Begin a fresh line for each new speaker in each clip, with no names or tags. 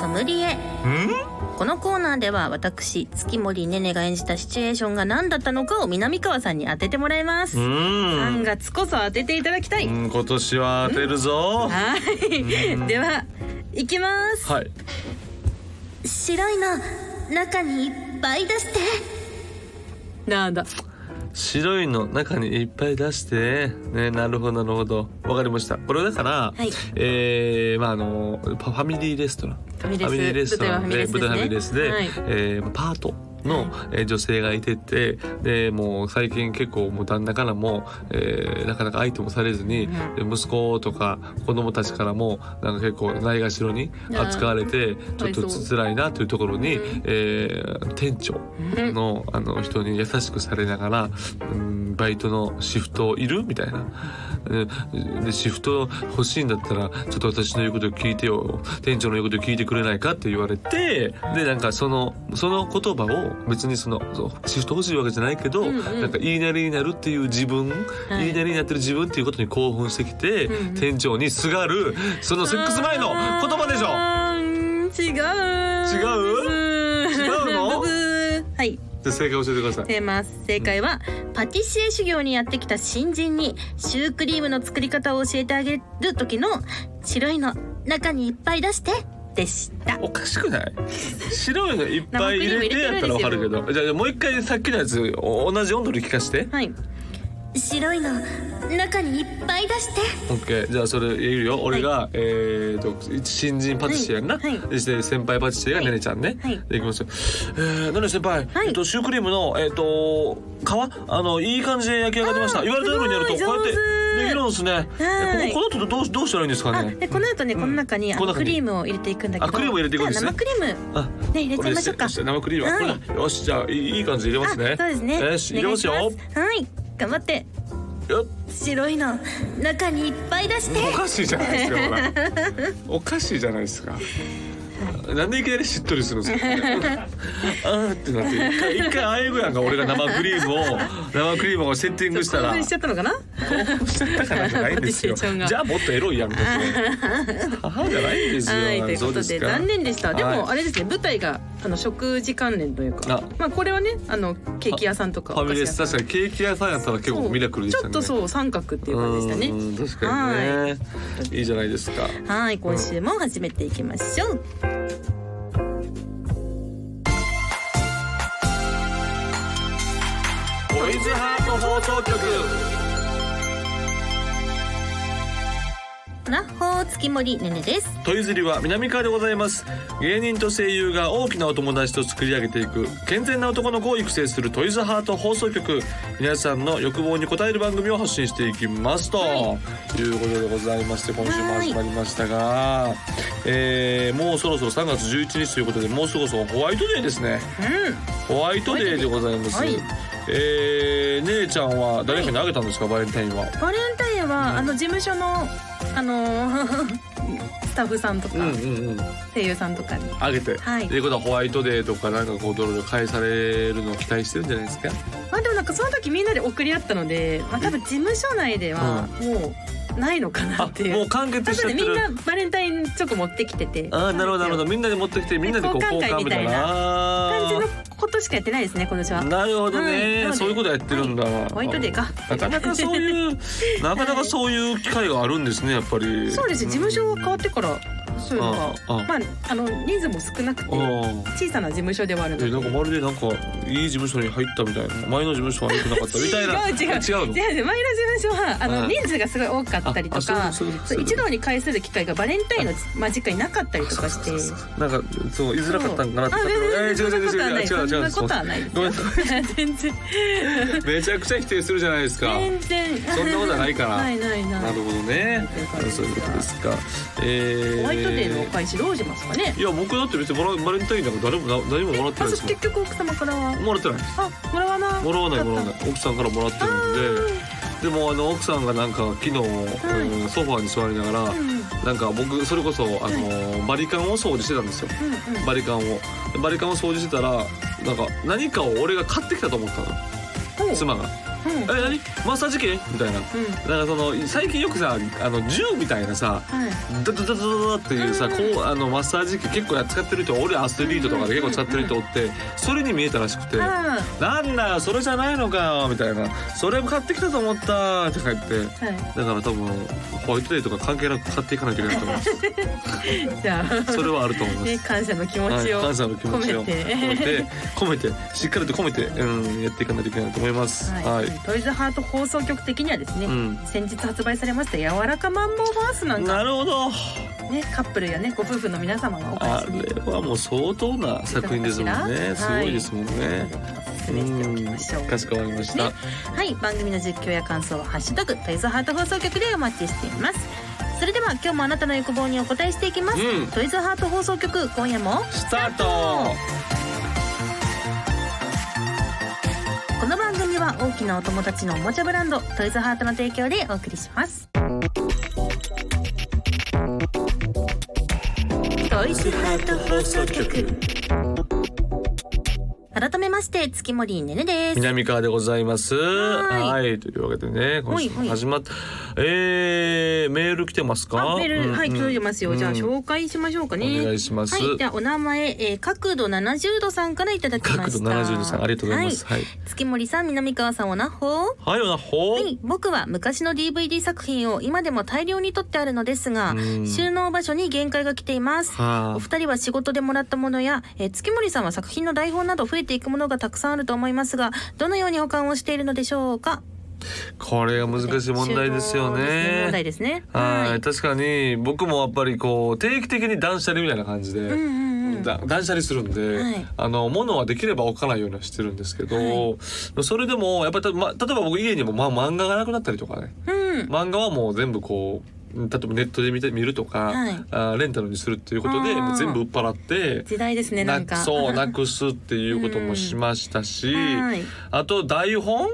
ソムリエ
ん
このコーナーでは私月森ねねが演じたシチュエーションが何だったのかを南川さんに当ててもらいます、
う
3
ん
月こそ当てていただきたい、
うん今年は当てるぞ
はいではいきます
はい
白いの中にいっぱい出してなんだ
白いの中にいっぱい出してねなるほどなるほどわかりましたこれだから、
はい
えーまああのパファミリーレストラン
ファミレス
ンで
舞台はファミレスですね
舞台ファミレスでえーパートの、えー女性がいててでもう最近結構もう旦那からも、えーなかなか相手もされずに、で息子とか子供たちからもなんか結構ないがしろに扱われてちょっと
そう
つ辛いなというところに、
うん
えー店長
うん
のあの人に優しくされながら、うん、バイトのシフトいるみたいな。うんでシフト欲しいんだったらちょっと私の言うこと聞いてよ店長の言うこと聞いてくれないかって言われてでなんかそのその言葉を別にそのそうシフト欲しいわけじゃないけど、
うんうん
なんか言いなりになるっていう自分、
はい
言いなりになってる自分っていうことに興奮してきて、
うんうん
店長にすがるそのセックス前の言葉でしょ
あーうん違う
違う違うの
ブブーはい
で正解教えてください。
出ます正解はパティシエ修行にやってきた新人にシュークリームの作り方を教えてあげる時の白いの中にいっぱい出してでした
おかしくない白いのいっぱい入れてやったらわかるけどじゃあじゃあもう一回さっきのやつお同じ温度で聞かして
はい白いの中にいっぱい出して
オッケーじゃあそれ言うよ俺が、えーと新人パティシエやんな、
はいはい
でして先輩パティシエがねねちゃんね、
はい
でいきますよえー、なに先輩、
はい
えっとシュークリームのえっ、と皮あのいい感じで焼き上がってました言われたようにやると
す
こ
ご
う
い上手
やってできるんですね
はい
えここの後どうどうしたらいいんですか
あ
ね
でこの後ねこの中にあ
この
の
中に
クリームを入れていくんだけど
あクリームを入れていくんですね
じゃあ生クリーム
あ
ね入れちゃいましょうか
これですよ生クリームは、
はい
これだよしじゃあいいいい感じで入れますね
あそうですね
よし入れますよ
お願いしますはい頑張って
よっ
白いの中にいっぱい出して
おかしいじゃないですかほらおかしいじゃないですかなんでいきなりしっとりするんですかあーってなって一回一回あえぐやんか俺が生クリームを生クリームをセッティング したら
興奮しちゃったのかな
興奮しちゃったからじゃないんですよ
私ちゃんが
じゃあもっとエロいやんか母じゃないんですよ、
はい、という
そ
こ
うで
と
す
で
か
残念でした。で
はい
もあれですね、舞台があの食事関連というか、
あ
まあこれはね、あのケーキ屋さんと
フ
か
ァミレス
お菓子屋さん
確かにケーキ屋さんやったら結構ミラクルでしたね
ちょっとそう三角っていう感じでしたね。
うん確かにねいいじゃないですか
はい、今週も始めていきましょう。
ボイズハート放送局
ラッホー月森ねねです。
トイズリは南川でございます芸人と声優が大きなお友達と作り上げていく健全な男の子を育成するトイズハート放送局皆さんの欲望に応える番組を発信していきますと、、
はい
うことでございまして今週も始まりましたが、えーもうそろそろ3月11日ということでもうそろそろホワイトデーですね
う
ホワイトデーでございます、
はい
えー、姉ちゃんは誰かにあげたんですか、バレンタインは
ん、バレンタインは、あの事務所のあの ースタッフさんとか、
うんうんうん
声優さんとかに。
あげて、
はい
ということはホワイトデーとかなんかこうドロドロ返されるのを期待してるんじゃないですか
まあでもなんかその時みんなで送り合ったので、まあ多分事務所内ではもうないのかなっていう。
もう完結しち
だ
ゃっ
って
て
みん
る
なバレンタインチョコ持ってきてて
ああなるほどなるほどみんなで持ってきてみんなでこう交
交換
換
会
みたいな
みたいな感じの
あ
ことしかやってないですね今年
ー
は
なるほどね、
はい
そういうことやってるんだ、
ホワイトデーか
なかなか そういうなかなかそういう機会があるんですねやっぱり
そうですよ事務所が変わってからそういうのが
ああ
まああの人数も少なくて
うん
小さな事務所ではあるので
えなんかまるでなんかいい事務所に入ったみたいな前の事務所は入ってなかったみたいな
違う違う
違うの
違う違う前の事務所はあ
う
の
ん
人数がすごい多かったりと
ああ
か
そういうことそ
そ
う
う
いうこと
一堂に会する機会がバレンタインの間近になかったりとかして
なんかそう居づらかったんかなって
そうあ
えー
全然
違う違う違う違う違う違う
そんなことはない
ごめんなさい
全然
めちゃくちゃ否定するじゃないですか。
全然
そんなことはないから
ないないない
なるほどね
という感じ。です
そういうことですか。えー
ホワイトデーのお返しどうしますかね
いや僕だって別にバレバレンタインなんか誰もな何ももらって
あ
ない
そ
です
う結局奥様からは
もん。もらってないです。
あもらわない
もらわないもらわない
い。
奥さんからもらってるんで。でもあの奥さんがなんか昨日、
い
うんソファーに座りながら、なんか僕それこそあのバリカンを掃除してたんですよ。バリカンをバリカンを掃除してたらなんか何かを俺が買ってきたと思ったの。妻が
うん
え何マッサージ機みたい
う
な。
ん
なんかその最近よくさあの銃みたいなさ
はい
ダダダダダダっていうさ
うん
こうあのマッサージ機結構使ってる人俺アスリートとかで結構使ってる人おってそれに見えたらしくて
あ
「なんだよそれじゃないのかよ」みたいな「それ買ってきたと思った」とか言って
ーは
だから多分ホワイトデーとか関係なく買っていかないといけないと思います
いじゃ あ
それはあると思います
ね感謝の気持
はい、
ちを
感謝の気持ちを
込めて
込めて込めてしっかりと込めて、うん、やっていかないといけないと思います。はい、
トイズハート放送局的にはですね、
うん
先日発売されました柔らかマンボウファースなんか
なるほど。
ねカップルやねご夫婦の皆様はお
あ
貸しに
れはもう相当な作品ですもんね。
いた
す
だけ
ごい
た
ですもんね。
おすすめしておきましょ
う、
うん
かしこまりまし
ね
た。
はい番組の実況や感想は「ハッシュタグトイズハート放送局」でお待ちしていますそれでは今日もあなたの欲望にお答えしていきます、
うん
トイズハート放送局今夜も
スタート。
この番組は大きなお友達のおもちゃブランドトイズハートの提供でお送りしますトイズハート放送局改めまして月森ねねです
南川でございます。
は
はいというわけでね、今週
ほいほい
も始まった。えー、メール来てますか。
あメール、
うん
はい今日読ますよ、じゃあ
うん
紹介しましょうかね
お願いします
はいじゃあお名前、えー、角度70度さんからいただきま
角
した
度七十度さんありがとうございます。
は
はい。
月森さん南川さんおなほー
はい、よなほ
は
ー
い、僕は昔の DVD 作品を今でも大量に撮ってあるのですが、
うん
収納場所に限界が来ています。
はあ
お二人は仕事でもらったものや、えー月森さんは作品の台本など増えていくものがたくさんあると思いますが、どのように保管をしているのでしょうか。
これが難しい問題ですよ
収納です
ね。
問題ですね。
はい、
はい。
確かに僕もやっぱりこう定期的に断捨離みたいな感じで、
うんうんうん。
だ断捨離するんで、
はい
あの物はできれば置かないようにはしてるんですけど、それでもやっぱりた、ま、例えば僕家にも、ま、漫画がなくなったりとかね
うん。
漫画はもう全部こううん例えばネットで見て見るとか、
はい
あレンタルにするっていうことで
あー
もう全部売っ払って。
時代ですね、な
なん
か。
そうなくすっていうこともしましたし、
はい
あと台本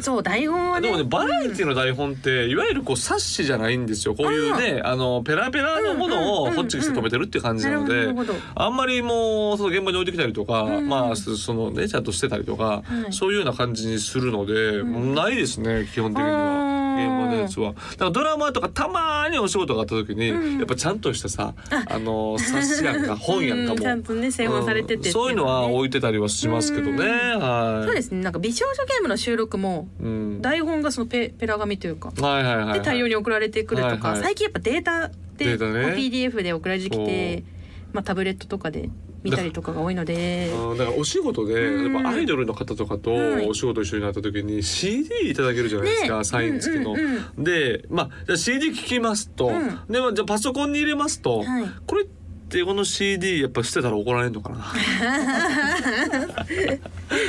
そう、台本はね。
でもねバラエティの台本っていわゆるこう冊子じゃないんですよこういうねあのペラペラのもの
うんうんうんう
を
ん
ホッチキスで止めてるっていう感じなの
な
で
るほどなるほ
あんまりもうその現場に置いてきたりとか、
うん
まあそそのねちゃんとしてたりとか、
はい
そういうような感じにするので、
ん
ないですね基本的に
あ
は
ー
現場のやつは。だからドラマとかたまにお仕事があった時に、
うん
やっぱちゃんとしたさあの冊子や んか本やんか
う
も
ちゃんとね、製本されててってい
うん
ね
そういうのは置いてたりはしますけどね。
うん
はい。
そうですね、なんか美少女ゲームの収録も、
うん
台本がそのペペラ紙というか、
はいはいはいはい
で大量に送られてくるとか、
はいはい
最近やっぱデータで
データね
PDF で送られてきて、まあ、タブレットとかで見たりとかが多いの で
うんだからお仕事で、
うん
やっぱアイドルの方とかと
はい
お仕事一緒になった時に CD いただけるじゃないですか、
ね
サイン付きの。
うんうん
で、まあ、じゃあ CD 聞きますと、
うん
でまあじゃあパソコンに入れますと、
はい
これってこの CD やっぱ捨てたら怒られるの かな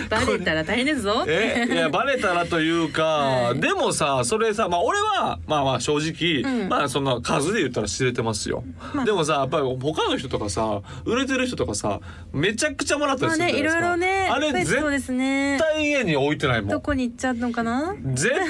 バレたら大変ですぞ。
えいやバレたらというか、
はい
でもさそれさ、まあ、俺はまあまあ正直、
うん
まあそんな数で言ったら知れてますよ、
まあ
でもさやっぱり他の人とかさ売れてる人とかさめちゃくちゃもらった
ま
り
あ
す
ね、
るじ
い
ゃないで
ろい
す
ろね、
か、あれ
やっぱり
絶
そうですね
絶。対家に置いてないも
ど
ん
こに行っちゃうのかな？
絶対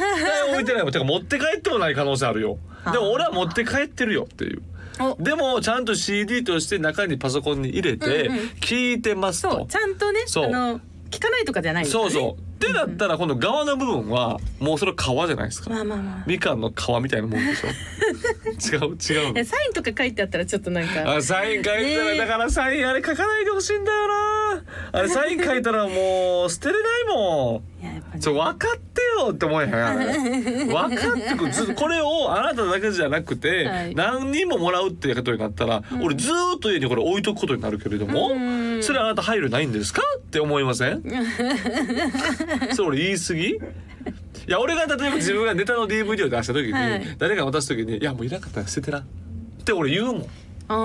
置いてないもんてか持って帰ってもない可能性あるよ
あー
でも俺は持って帰ってるよっていう
お、
でもちゃんと CD として中にパソコンに入れて
うんうん
聞いてますと、
そう、ちゃんとね、あ
そう
の聞かないとかじゃない。
そうそうってなったら今度側の部分はもうそれは皮じゃないですか、
まあまあまあ。
みかんの皮みたいなもんでし ょ違う違う
え
の
サインとか書いてあったらちょっとなんか。
あサイン書いたら、
ねえ
だからサインあれ書かないでほしいんだよなあれサイン書いたらもう捨てれないも
い
ん
ややっぱね
そう分かってよって思えへんあれ分かってくるずっとこれをあなただけじゃなくて、
はい
何人ももらうっていうことになったら、俺ずーっと家にこれ置いとくことになるけれども、
うん
それあなた配慮ないんですかって思いま せんそれ俺言い過ぎいや俺が例えば自分がネタの DVD を出した時に、
はい
誰かが渡す時に「いやもういらなかったら捨ててな」って俺言うもん。
あ
も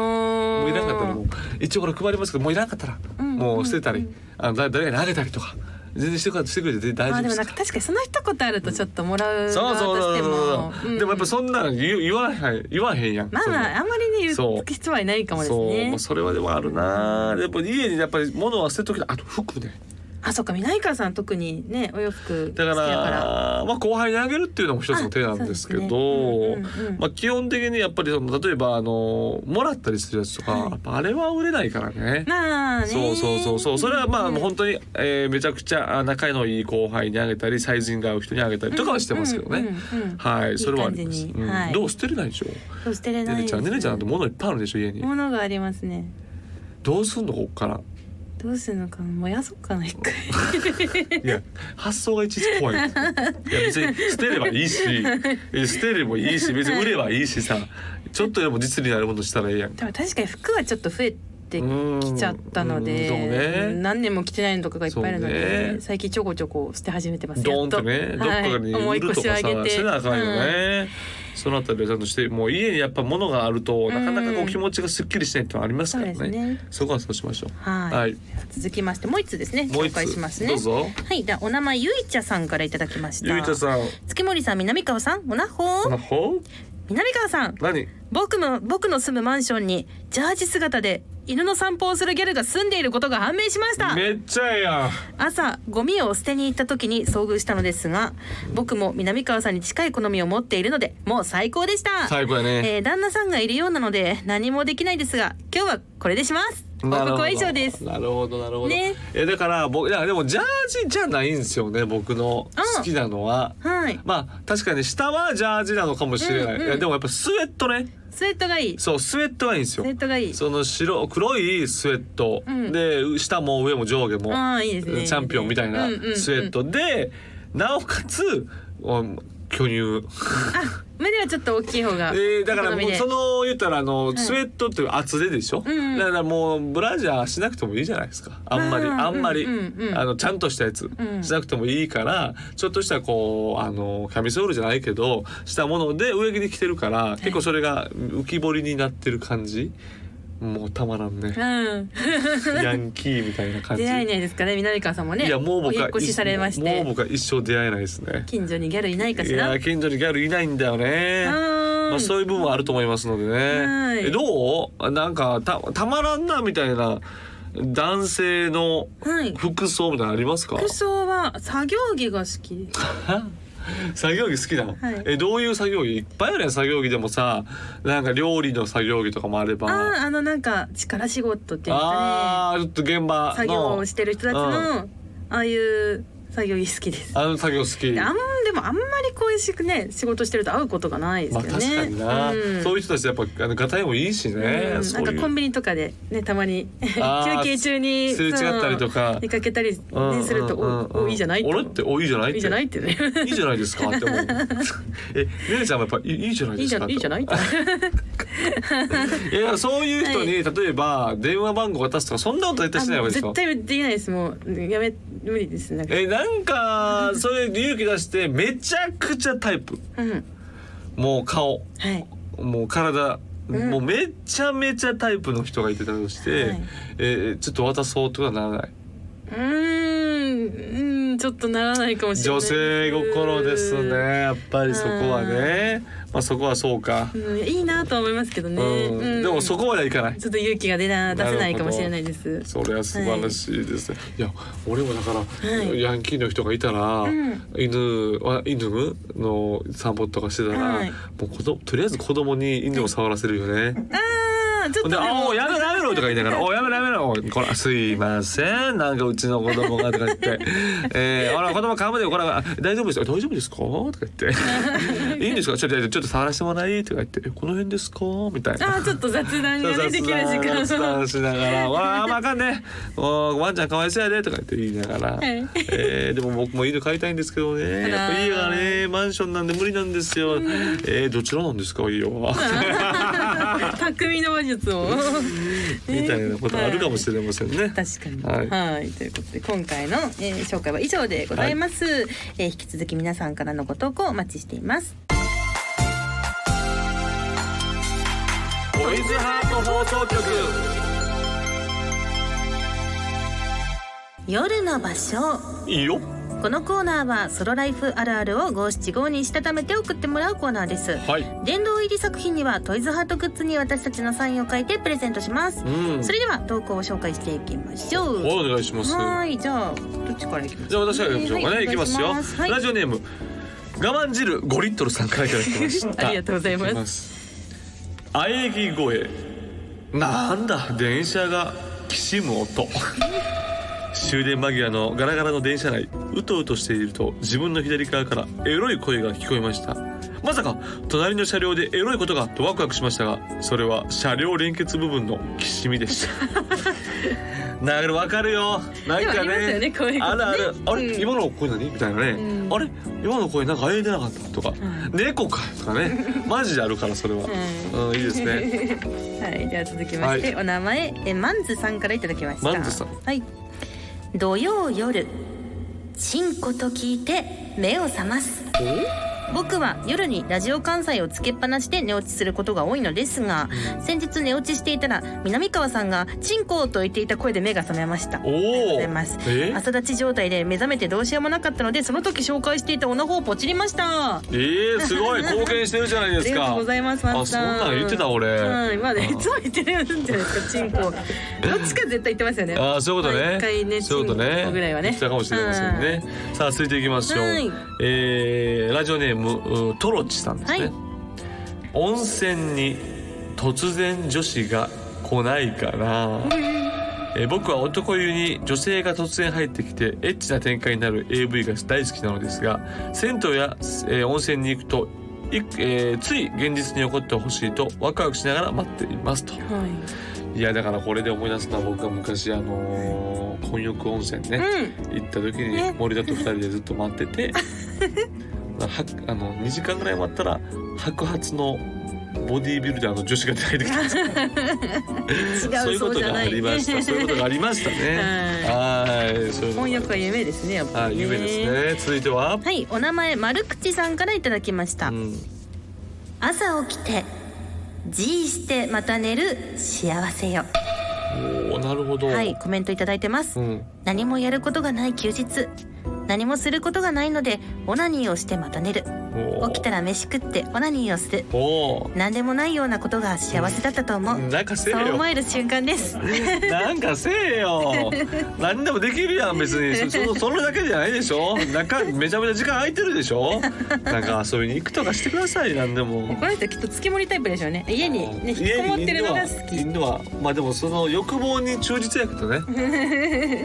も
ういらなかったらもう一応これ配りますけどもういらなかったら
うん
もう捨てたり、あのだ誰かにあげたりとか全然してくれしてくれて全然大
まあ
丈
で
夫
もな
で
ん
す
か確かにその一言あるとちょっともらう
そう
側
そう
と
そ
して
うそう
も
そう、
うん
でもやっぱそんなの言う言わない言わへんやん
まあ
そんな
まああんまりね
そ
言う
う
人はいないかもです
そう、ま
ね
あ、。それはでもあるなやっぱ家にやっぱり物は捨てときあと服ね
あそっか南川さん特にねお洋服好き
だ
だ
から
から
まあ、後輩にあげるっていうのも一つの手なんですけど
あそうですねうんうんうん
まあ、基本的にやっぱりその例えばあのもらったりするやつとか、
はい
やっぱあれは売れないからね。
まあね
そうそうそうそうそれはまあもう本当に、えーめちゃくちゃあ仲のいい後輩にあげたりサイズに合う人にあげたりとかはしてますけどね、
うんうんうんうん
はいそれはあります
いい感じ
う
に
ん
はい
どう捨てれないでしょ
そう捨てれ
ね
ない
ね
です
ちゃんねねちゃんなんて物いっぱいあるでしょ家に
ものがありますね
どうすんのこっから
どうするのかな燃やそうかな一回
いや発想がいちいち 怖いいや別に捨てればいいしえ捨てればいいし別に売ればいいしさちょっとでも実利になるものしたらええやん
でも確かに服はちょっと増えてきちゃったので、
うんそうね
何年も着てないのとかがいっぱいあるの
そ
で、
うね
最近ちょこちょこ捨て始めてます
ドーンと
や
ね
っ
どっかに
はい、もう
売
一
る
個
と
仕
か
上
さ
げて
せなあかんよね、そのあたりはちゃんとしてもう家にやっぱ物があるとなかなかこ
う
うん気持ちがすっきりしないってのはあります
そ
か
う
ら
です
ね
ね
そこはそうしましょう
はい、
はい
続きましてもう一つですね
もう
紹
一つ
介しますね
どうぞ
はいじゃあお名前ゆいちゃさんからいただきました
ゆいたさん
月森さん南川さんおなほ
あほん
南川さん
何
僕も僕の住むマンションにジャージ姿で犬の散歩をするギャルが住んでいることが判明しました
めっちゃええやん
朝ゴミを捨てに行った時に遭遇したのですが僕も南川さんに近い好みを持っているのでもう最高でした、
最高やね、
えー旦那さんがいるようなので何もできないですが今日はこれでします報
なるほど
告は以上です
なるほどなるほど。
ね
えだから僕いやでもジャージじゃないんですよね僕の
あ
好きなのは。
はい
まあ確かに下はジャージなのかもしれない。
うんうん
いやでもやっぱスウェットね。
スウェットがいいス
そうスウェットがいいんですよ
ウェ。ットがいい
その白黒いスウェット、
うん
で下も上も上下も
ああいいですね
チャンピオンみたいな
うんうんうん
スウェットで、なおかつお巨乳。
目ではちょっと大きい方が
えー、だから
好
も
み
う
で
その言ったらあの、
い
スウェットって厚手でしょ、
うんうん
だからもうブラジャーしなくてもいいじゃないですかあんまり
うん
あんまり、
うんうん
あのちゃんとしたやつ
ん
しなくてもいいから、ちょっとしたこうあのキャミソールじゃないけどしたもので上着に着てるから結構それが浮き彫りになってる感じもうたまら んね
うん
ヤンキーみたいな感じ
出会えないですかね南川さんもね
いやもう僕
お引
は
っ越しされまし
もう
て
僕は一生出会えないですね
近所にギャルいないか
い
しら
や近所にギャルいないんだよね
ま
まあ、そういう部分はあると思いますのでね。
はい
えどうなんかたたまらんなみたいな男性の
はい
服装みたいなのありますか
服装は作業着が好き
作業着好きなの、
はい
えどういう作業着いっぱいあるやん作業着でもさなんか料理の作業着とかもあれば
あああのなんか力仕事っていうか
あーちょっと現場
ね作業
の
をしてる人たち
う
のああいう作業着好きです
あの作業好き
であんでもあんまりこういうしね仕事してると会うことがないです
まあ
けど
確
ね、
かにな、
うん
そういう人たちやっぱあのガタイもいいしね、
うん
そう
なん
い
かコン
う
ビニとかでねたまに
あー
休憩中に
すれ違ったりとか
そう出かけたり、ね
うんうんうん
するとおおいいじゃない
俺っておいいじゃない
いいじゃないって ね
いいじゃないですかって 思う。え、ねねちゃんもやっぱいいいいじゃない
い
で
いじ
す
ゃ
か
ない
って。
いいじゃないって
いやそういう人に、例えば電話番号渡すとかそんなこと絶対しないわけです
絶
よ。
対できないですもうやめ無理ですなんか
えなんかそれ勇気出してめちゃくちゃタイプ
うん
もう顔
はい
もう体、
うん
もうめちゃめちゃタイプの人がいてたとして、
はい
えーちょっと渡そうとはならないう
ーん、うん、ちょっとならないかもしれな
女
い。
性心ですね。やっぱりそこはねまあそこはそうか、
うん、いいなとは思いますけどね。
う
うん
ん、でもそこまではいかない
ちょっと勇気が出な出せないかもしれないです。
それは素晴らしいですね。い、や俺もだから、
はい
ヤンキーの人がいたら、
ん
犬は犬の散歩とかしてたら、
はい
もう子供とりあえず子供に犬を触らせるよね。
ああ、ちょっと
ほん
で
で、あ、
も
おうやめろやめろとか言いな がら、おうやめろやめろ、おいこら、すいません、なんかうちの子供がとか言 って、えー、あら、子供噛むでよ、こら、大丈夫ですか大丈夫ですかとか言 って、いいんですかちょっと、ちょっと触らせてもらいとか言って、えこの辺ですかみたいな。
あー、ちょっと雑談
そう
が
そう
ねできる時間。
雑談しなが ら「わあまああかんねおーワンちゃんかわいそうやで」とか言って言いながら、
い
えーでも僕も犬飼いたいんですけどねやっぱ家がねマンションなんで無理なんですよ、えーどちらなんですか家は
匠の話術 を。
みたいなことあるかもしれませんね。
確かに。
は
はいい、ということで今回の、えー紹介は以上でございます、えー引き続き皆さんからのご投稿お待ちしています。
ボイズハート放送局
夜の場所
いいよ
はこのコーナーはソロライフあるあるを五七五にしたためて送ってもらうコーナーです
はい。
殿堂入り作品にはトイズハートグッズに私たちのサインを書いてプレゼントします
うん。
それでは投稿を紹介していきましょう
お願いします。
はーいじゃあどっちからいきます
じゃあ私からいきましょうかね、、
はい
きますよ、
お願いしはい
ラジオネーム我慢汁5リットルさんからいただきまし た
ありがとうございます
すあえぎ声なんだ電車がきし む音終電間際のガラガラの電車内うとうとしていると自分の左側からエロい声が聞こえましたまさか隣の車両でエロいことがとワクワクしましたがそれは車両連結部分のきしみでし たなるわかるよなんか
でもありますよねこういうことね
あるあるあれ、
うん
今の声何みたいなね、
うん
あれ今の声なんかあえてなかったとか、
ん
猫かとか ねマジであるからそれは、うんいいですね
はい、では続きまして、
はい
お名前えマンズさんからいただきました。
マンズさん
はい。土曜夜、チンコと聞いて目を覚ます。僕は夜にラジオ関西をつけっぱなしで寝落ちすることが多いのですが、先日寝落ちしていたら南川さんがチンコと言っていた声で目が覚めました。あ
おお
りがとうございます。
え
朝立ち状態で目覚めてどうしようもなかったので、その時紹介していたオナホをポチりました。
えー、す ごい貢献してるじゃない
あ
で
り
す
がと
か
うございます。マ
あ
ン
そ
さ
ん
ん
なん言ってた俺、
うん、今ね、
あ
いつも言ってるんじゃないですか、チンコ。どっちか絶対言ってますよね。
あーそういうことね。
毎回ね、
そういうこと
チン
ね。
コぐらいはね。
言ってたかもしれませんね。さあ続いていきましょう。
はい
えーラジオネームうトロチさんですね。
はい
温泉に突然女子が来ないかな。えー僕は男湯に女性が突然入ってきてエッチな展開になる AV が大好きなのですが銭湯や、えー温泉に行くといえーつい現実に起こってほしいとワクワクしながら待っていますと。
うん。はい。
いやだからこれで思い出すのは僕が昔あのー、混浴温泉ね、
う
行った時に
ね
森田と二人でずっと待って てまあはあの2時間ぐらい待ったら白髪のボディービルダーの女子が 出てきたんですよそう
違、
いううこ
そう
と
じゃ
が
な
あ
い。
りましたそういうことがありましたねはいそうい うこと
翻 訳は夢ですね、やっぱ
はい
り。
夢ですね続いては、
はい、お名前、丸口さんからいただきました
う。ん、
朝起きて、じーしてまた寝る幸せよ。
おーなるほど、
はい、コメントいただいてます
う。ん、
何もやることがない休日。何もすることがないので、オナニーをしてまた寝る。
お
起きた
ら
ら飯食ってオナニーをする
おー
何でもないようなことが幸せだったと思う、
なんかせえ
そう
よ
思える瞬間 です
なんかせえ よ。何でもできるやん別に。そそそれだけじゃないでしょ。中めちゃめちゃ時間空いてるでしょ。なんか遊びに行くとかしてください何でも。
この人きっと月盛りタイプでしょうね家にね引きこもってるのが好き
犬はまあでもその欲望に忠実やけど ね。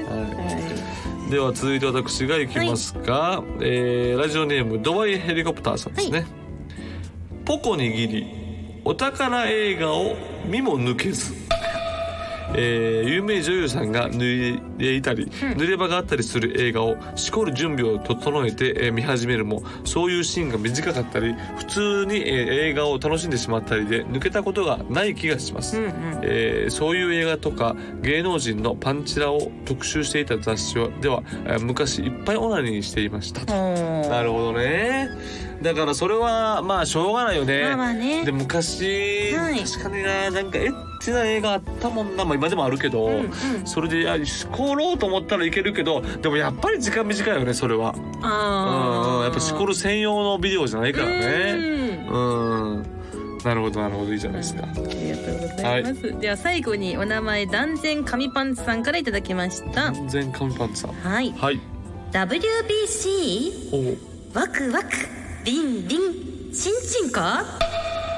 はい。では続いて私がいきますか。えーラジオネームドバイヘリコプターさんですね。ポコ握りお宝映画を見も抜けず。えー有名女優さんが濡れいたり濡れ場があったりする映画をしこる準備を整えて、えー見始めるもそういうシーンが短かったり普通に、えー映画を楽しんでしまったりで抜けたことがない気がします、
うんうん
えーそういう映画とか芸能人のパンチラを特集していた雑誌はでは、えー昔いっぱいオナニーしていましたと。な
る
るほどねだからそれはまあしょうがないよね。
まあまあね
で昔、
はい
確かにななんかエッチな映画あったもんな、まあ、今でもあるけど、
うんうん
それであころうと思ったらいけるけどでもやっぱり時間短いよねそれは
あ
うんうんやっぱしこる専用のビデオじゃないからね
ね
うんなるほどなるほどいいじゃないですか、
ありがとうございます、では最後にお名前断然紙パンツさんからいただきました、
完全カムパンツさん
はい
はい
WBC
おう
ワクワクリンリンチンチンか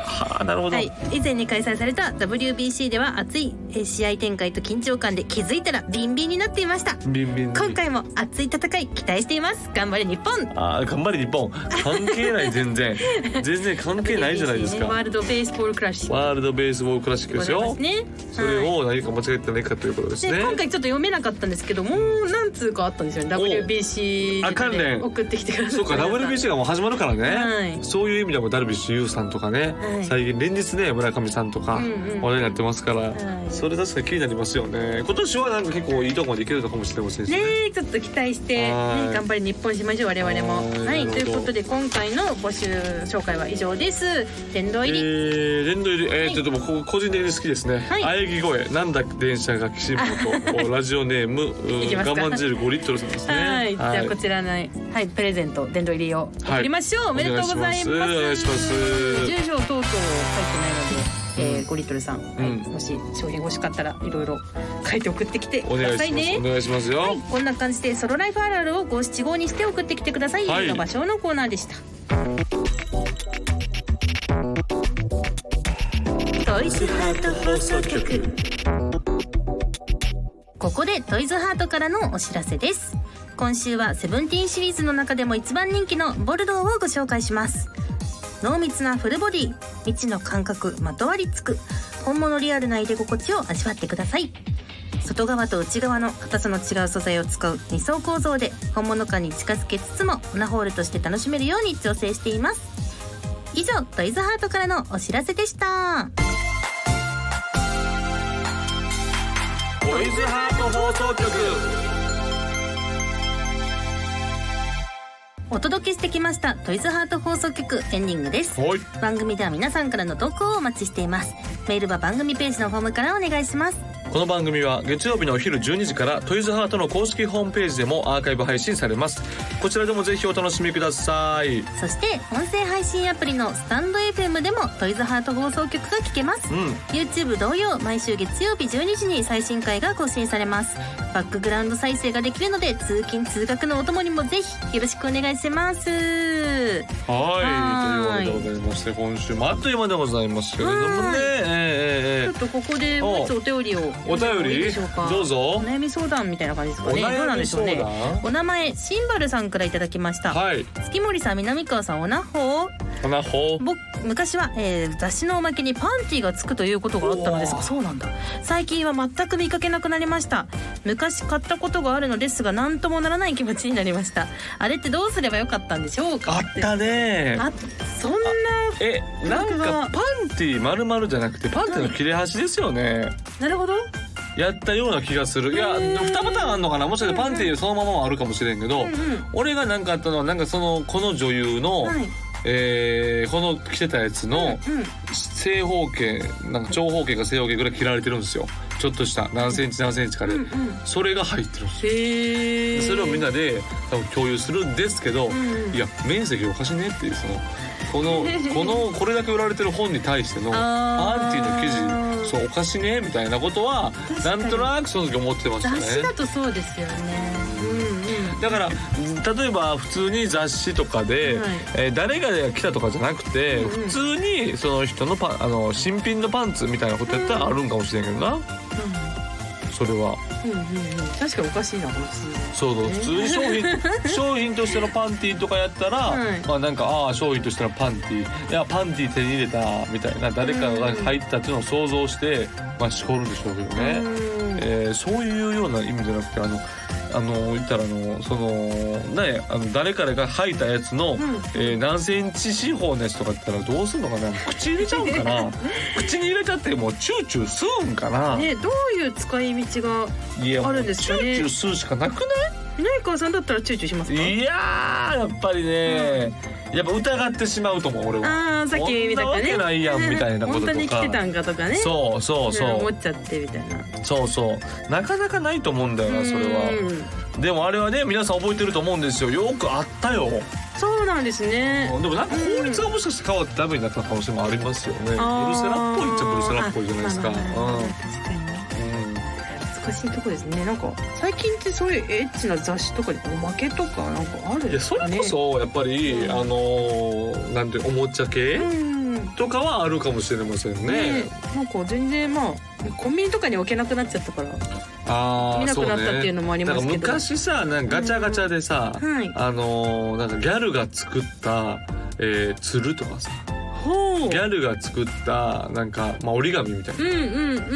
はあなるほど、
はい、以前に開催された WBC では熱いえー試合展開と緊張感で気づいたらビンビンになっていました
ビンビンに
今回も熱い戦い期待しています頑張れ日本
あー頑張れ日本関係ない全然 全然関係ないじゃないです
WBC ねワー
か
ルドベースボールクラシック
ワールドベースボールクラシック
でござ
です
い
よ
ますね
それ
はい
を何か間違えてないかということです
で
ね
今回ちょっと読めなかったんですけどもう何通かあったんですよね
お
WBC
あ関連
送ってきてください
そうか
皆さん
WBC がもう始まるからね、
はい
そういう意味でもダルビッシュ有さんとかね、
はい
最近連日ね村上さんとか
うんうん
話題になってますから、
はい
それ確かに気になりますよね今年はなんか結構いいとこまでいけるのかもしれませんし
ね
ね
えちょっと期待して、ね
はい
頑張り日本しましょう我々も。
はい
はい
な
とい
るほど
うことで今回の募集紹介は以上です。殿堂
え
入り、
ー、連動入り、えー、ちょっともうここ個人的に好きですね。
はい
あやぎ声、なんだ電車が岸本、おラジオ ネーム、うん
いきますか
我慢汁五リットルさんですね。
はい、じゃあこちらの、はい、プレゼント殿堂入りを送りましょう、おめでとうございます。
お願いします
住所等々書いてないので、えー、5リットルさん、はい
うん
もし商品欲しかったらいろいろ書いて送ってきて
お
く
願
だ
い
さ
し
い
ます。お
ね。
願いしますよ。
はい、こんな感じでソロライフあるあるを五七五にして送ってきてください。
はい
ゆうの場所のコーナーでした。
トイズハート放送局
ここでトイズハートからのお知らせです今週はセブンティーンシリーズの中でも一番人気のボルドーをご紹介します濃密なフルボディ未知の感覚まとわりつく本物リアルな入れ心地を味わってください外側と内側の硬さの違う素材を使う二層構造で本物感に近づけつつもオナホールとして楽しめるように調整しています以上トイズハートからのお知らせでした
ボイズハート放送局。
お届けしてきましたトイズハート放送局エンディングです
はい。
番組では皆さんからの投稿をお待ちしていますメールは番組ページのフォームからお願いします
この番組は月曜日のお昼12時からトイズハートの公式ホームページでもアーカイブ配信されます。こちらでもぜひお楽しみください。
そして音声配信アプリのスタンド FM でもトイズハート放送局が聞けます
うん。
YouTube 同様毎週月曜日12時に最新回が更新されますバックグラウンド再生ができるので通勤通学のお供にもぜひよろしくお願いしますは
はいい。ということでございまして、今週もあっという間でございますけれども
は
ね。
い
ええ
ちょっと
ええええ
ここでもう一つお便りを
お便
いいで
り
しょうか
どうぞ
お。悩み相談みたいな感じですかね
お悩み
どうなんでしょうね
相談
お名前シンバルさんからいただきました、
はい。
月森さん南川さんおなほ
こなほ。
僕昔は、えー雑誌のおまけにパンティーがつくということがあったのです
お
が
ー
そうなんだ最近は全く見かけなくなりました昔買ったことがあるのですが何ともならない気持ちになりましたあれってどうすればよかったんでしょうか
あったね。
あそんな
え、なん
僕が
かパンティ丸々じゃなくてパンティの切れ端ですよね。
なるほど
やったような気がする。いや、
へー
二パターンあんのかな。もしかしたらパンティそのままもあるかもしれんけど
うんうん、
俺がなんかあったのはなんかそのこの女優の、
はい
えーこの着てたやつの
うん
正方形なんか長方形か正方形ぐらい切られてるんですよ。ちょっとした何センチ何センチかで、
うんうん
それが入ってるんですよ。
へえ
それをみんなで多分共有するんですけど、
ん
いや面積おかしいねっていうそのこの このこれだけ売られてる本に対しての
あー
パンティの記事そうおかしいねみたいなことは
確か
な
に
んとなくその時思ってました
雑誌
ね
だ。とそうですよねうん
だから例えば普通に雑誌とかで、
はい
えー誰が来たとかじゃなくて、
うんうん
普通にその人のパンあの新品のパンツみたいなことやったらあるんかもしれんけどな、それは
うんうんうんうん確かにおかしいなこの数字
そうそう普通に商 品商品としてのパンティとかやったら、
はい
まあなんかああ商品としてのパンティいやパンティ手に入れたみたいな誰かが入ったっていうのを想像して、まあしこるんでしょうけどね、
うん
えーそういうような意味じゃなくてあのあの言ったらあのそのねあの誰からが吐いたやつの、えー何センチ四方のやつとかだったらどうするのかな口入れちゃうん かな口に入れちゃってもうチューチュー吸うんかな、
ね、どういう使い道が
いやも
あるん
う
です
チ
か
ュ
ね
ーチュー吸うしかなくない
南川さんだったら躊躇しますか
いやーやっぱりね、やっぱ疑ってしまうと思う俺は、
ああさっき見たか
こんなわけ
ね
ないやんみたいなことと
本当
か
に来てたんかとかね
そうそう
いろいろ
そ
思
う
っちゃってみたいな
そうそうなかなかないと思うんだよなそれ
う
は
ん
でもあれはね皆さん覚えてると思うんですよよくあったよ
そうなんですね
でもなんか法律がもしかして変わってダメになった可能性もありますよねブルセラ
あー
っぽいっちゃブルセラっぽいじゃないですか、
あまあまあまあ
うん
確かにね
うん
難しいとこですねなんか最近ってそういうエッチな雑誌とかでおまけとかなんかあるん
いや
です
そ
か
れ
ね
こそやっぱり、あのーなんていうおもちゃ系
うん
とかはあるかもしれませんね
ねなんか全然まあコンビニとかに置けなくなっちゃったから
あ
見
あ
な
そ
く
うね
なったっていうのもあり
な
ま
んか
すけど
昔さなんかガチャガチャでさ、
うんはい
あのーなんかギャルが作った、えー、鶴とかさ
ほう
ギャルが作ったなんか、まあ、折り紙みたいな
う。んう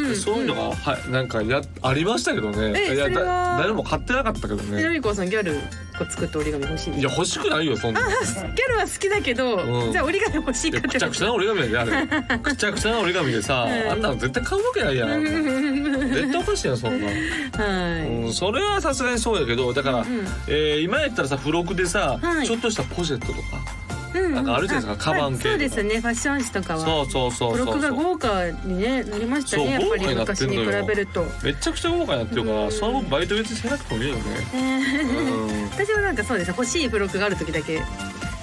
んうん
そういうのが、はい、なんかやありましたけどね。
え
いや
それは
だ誰も買ってなかったけど
え
ね。
のりこさんギャルが作った折り紙欲しいん
い
です
や
か
欲しくないよそ んな。
あーギャルは好きだけど、
うん
じゃあ折り紙欲しい
い
か
や
って
くちゃくちゃな折り紙やであ れ。くちゃくちゃな折り紙でさ、
うん
あんなの絶対買うわけないやん。絶対おかしいやんそんな。
は
うん、それはさすがにそうやけどだから、
んうん
えー今やったらさ付録でさ、
はい
ちょっとしたポシェットとか
い、う
なんかあるじゃないですか
あ
カバン系とか
はいそうですねファッション誌とかは
そうそうそう
ブロ
そ
ック
う
が
そう
豪華に、ね、なりましたね
そう
やっぱ
豪華
り
になって
昔
んの
に
よ
比べると、
めちゃくちゃ豪華になってるから、
うん
その分バイト別にせなくてもいいよね、
えー
うん、
私はなんかそうです欲しいブロックがある時だけ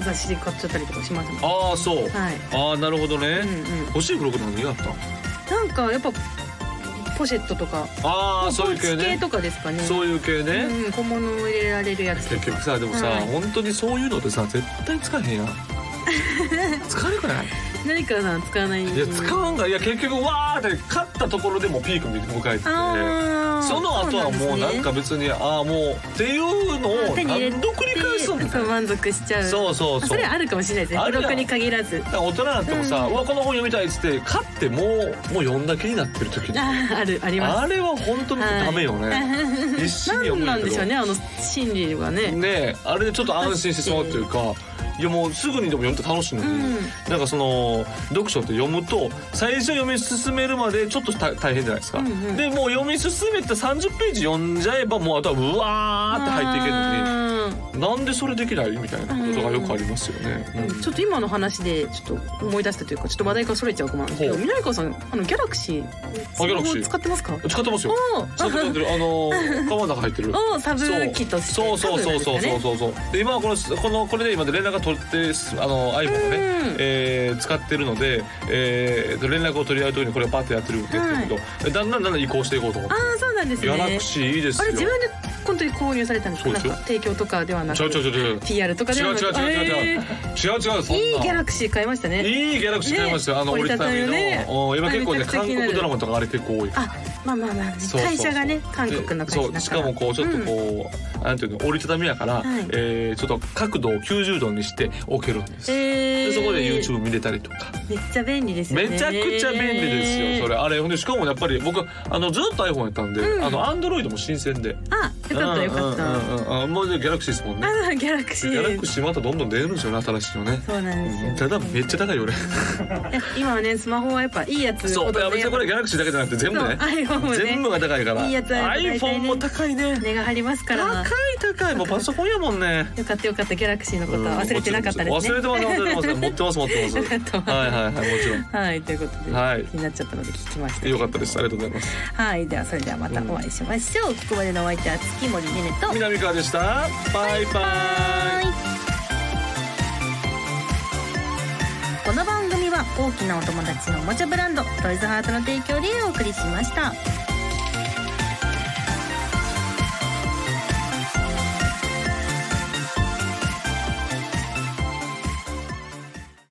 雑誌で買っちゃったりとかしますもん
ああそう、
はい、
ああなるほどね、
うんうん、
欲しいブロック何があった
なんかやっぱポシェットとか
ああそういう
ポ
系
ーチ系
ね
とかですかね
そういう系ね、
うん、小物を入れられるやつと
結
か
局さでもさ、
はい
本当にそういうのってさ絶対使えへんやん 疲れくない
何かさん使わない
いや使わんがいや結局わーって勝ったところでもピーク迎えてて
あー
その後はもうなんか別にああもうっていうの
そうなんですね
を何度繰り返す
そ
ん
う
だよ
満足しちゃう
そうそう
あ
そ
そうれ
だか
あるかもしれないですね
あ
ブ
る
ロ
やん
ックに限らず
ら大人になってもさ、
う
うんわこの本読みたいっつって買ってもうもう読んだ気になってる時にあ
ああるあります
れは本当にダメよね、必死に読
何
むん
な
や
ん
け
でしょ
ど
うねあの心理がね
ねえあれでちょっと安心してしまうっていうかいやもうすぐにでも読んで楽しいのに、
うん
なんかその読書って読むと最初読み進めるまでちょっと大大変じゃないですか、
うんうん
でもう読み進めて30ページ読んじゃえばもうあとはうわーって入っていけるのに。
の
なんでそれできないみたいなことがよくありますよね。うん
ちょっと今の話でちょっと思い出したというかちょっと話題からそれちゃうかもなんですけど
ほう
南川さんあのギャラクシースマホ
Galaxy
使ってますか
使ってますよ。
おー
使ってる。あのー、カバンの中入ってる。
をサブ機として
そうそうそうそうそうそうそう。で今はこのこのこれで今で連絡が取ってあの iPhone をね、
うん
えー使ってるので、えー、と連絡を取り合うときにこれをパッてやってるんですけど、だんだんだんだん移行していこうと思って
あ。あそうなんです
ギ
ね
ャラクシーいいです
あ
よ。
れ自分で本当に購入されたんですか
そう
な
で
ん
すよ
か提供とかではな
ちょ
く
ちょちょちょ。違う違う違う違う違う
ピ PR とかではなく
違う
え
違うそん
ー
な
い
い
ギャ
い
ラクシー買いましたね
ギャラクシー買いましたよあ
ね
の折りたたみの、
折りたたみのね
うん今結構
あれめち
ね
ゃくちゃ
韓
気になる
国ドラマとかあれ結構多い
あまあまあまあ
そうそうそう
会社がね韓国の会社だか
で
ら
そうしかもこうちょっとこう、なんていうの折りたたみやから、
はい
えーちょっと角度を90度にして置けるんです、
え
で
ー
そこで YouTube 見れたりとか、
めっちゃ便利ですよね
めちゃくちゃ便利ですよそれあれほんでしかもやっぱり僕あのずっと iPhone やったんで、
うん
あの Android も新鮮でよ
あよかったよかった
うんうんうんうんもうねギャラクシーですもんね
あギャラクシ
ギャラ
ー
クシーまたどんどん出るんですよね新しいのね
そうなんですよ
ただめっちゃ高いよね
え今はねスマホはやっぱいいやつ
そう
ほど
い
ね
や別にこれギャラクシーだけじゃなくて全部ね
そう iPhone もね
全部が高いから
いいやつあるよ大体
iPhone
ね
も高いね
値が張りますから
高い高いもうパソコンやもんね
よかったよかったギャラクシーのこと
うん
は忘れてなかったですね
忘れてます忘れてます持ってます持ってます
よかった
はいはいはいもち
はいということで、
はい
気になっちゃったので聞きまし
ろ
た
んよかったですありがとうございます
はいではそれではまたお会いしましょう、ここまでのお相手は月森ねねと
南川でしたバイバイ
この番組は大きなお友達のおもちゃブランドトイズハートの提供でお送りしました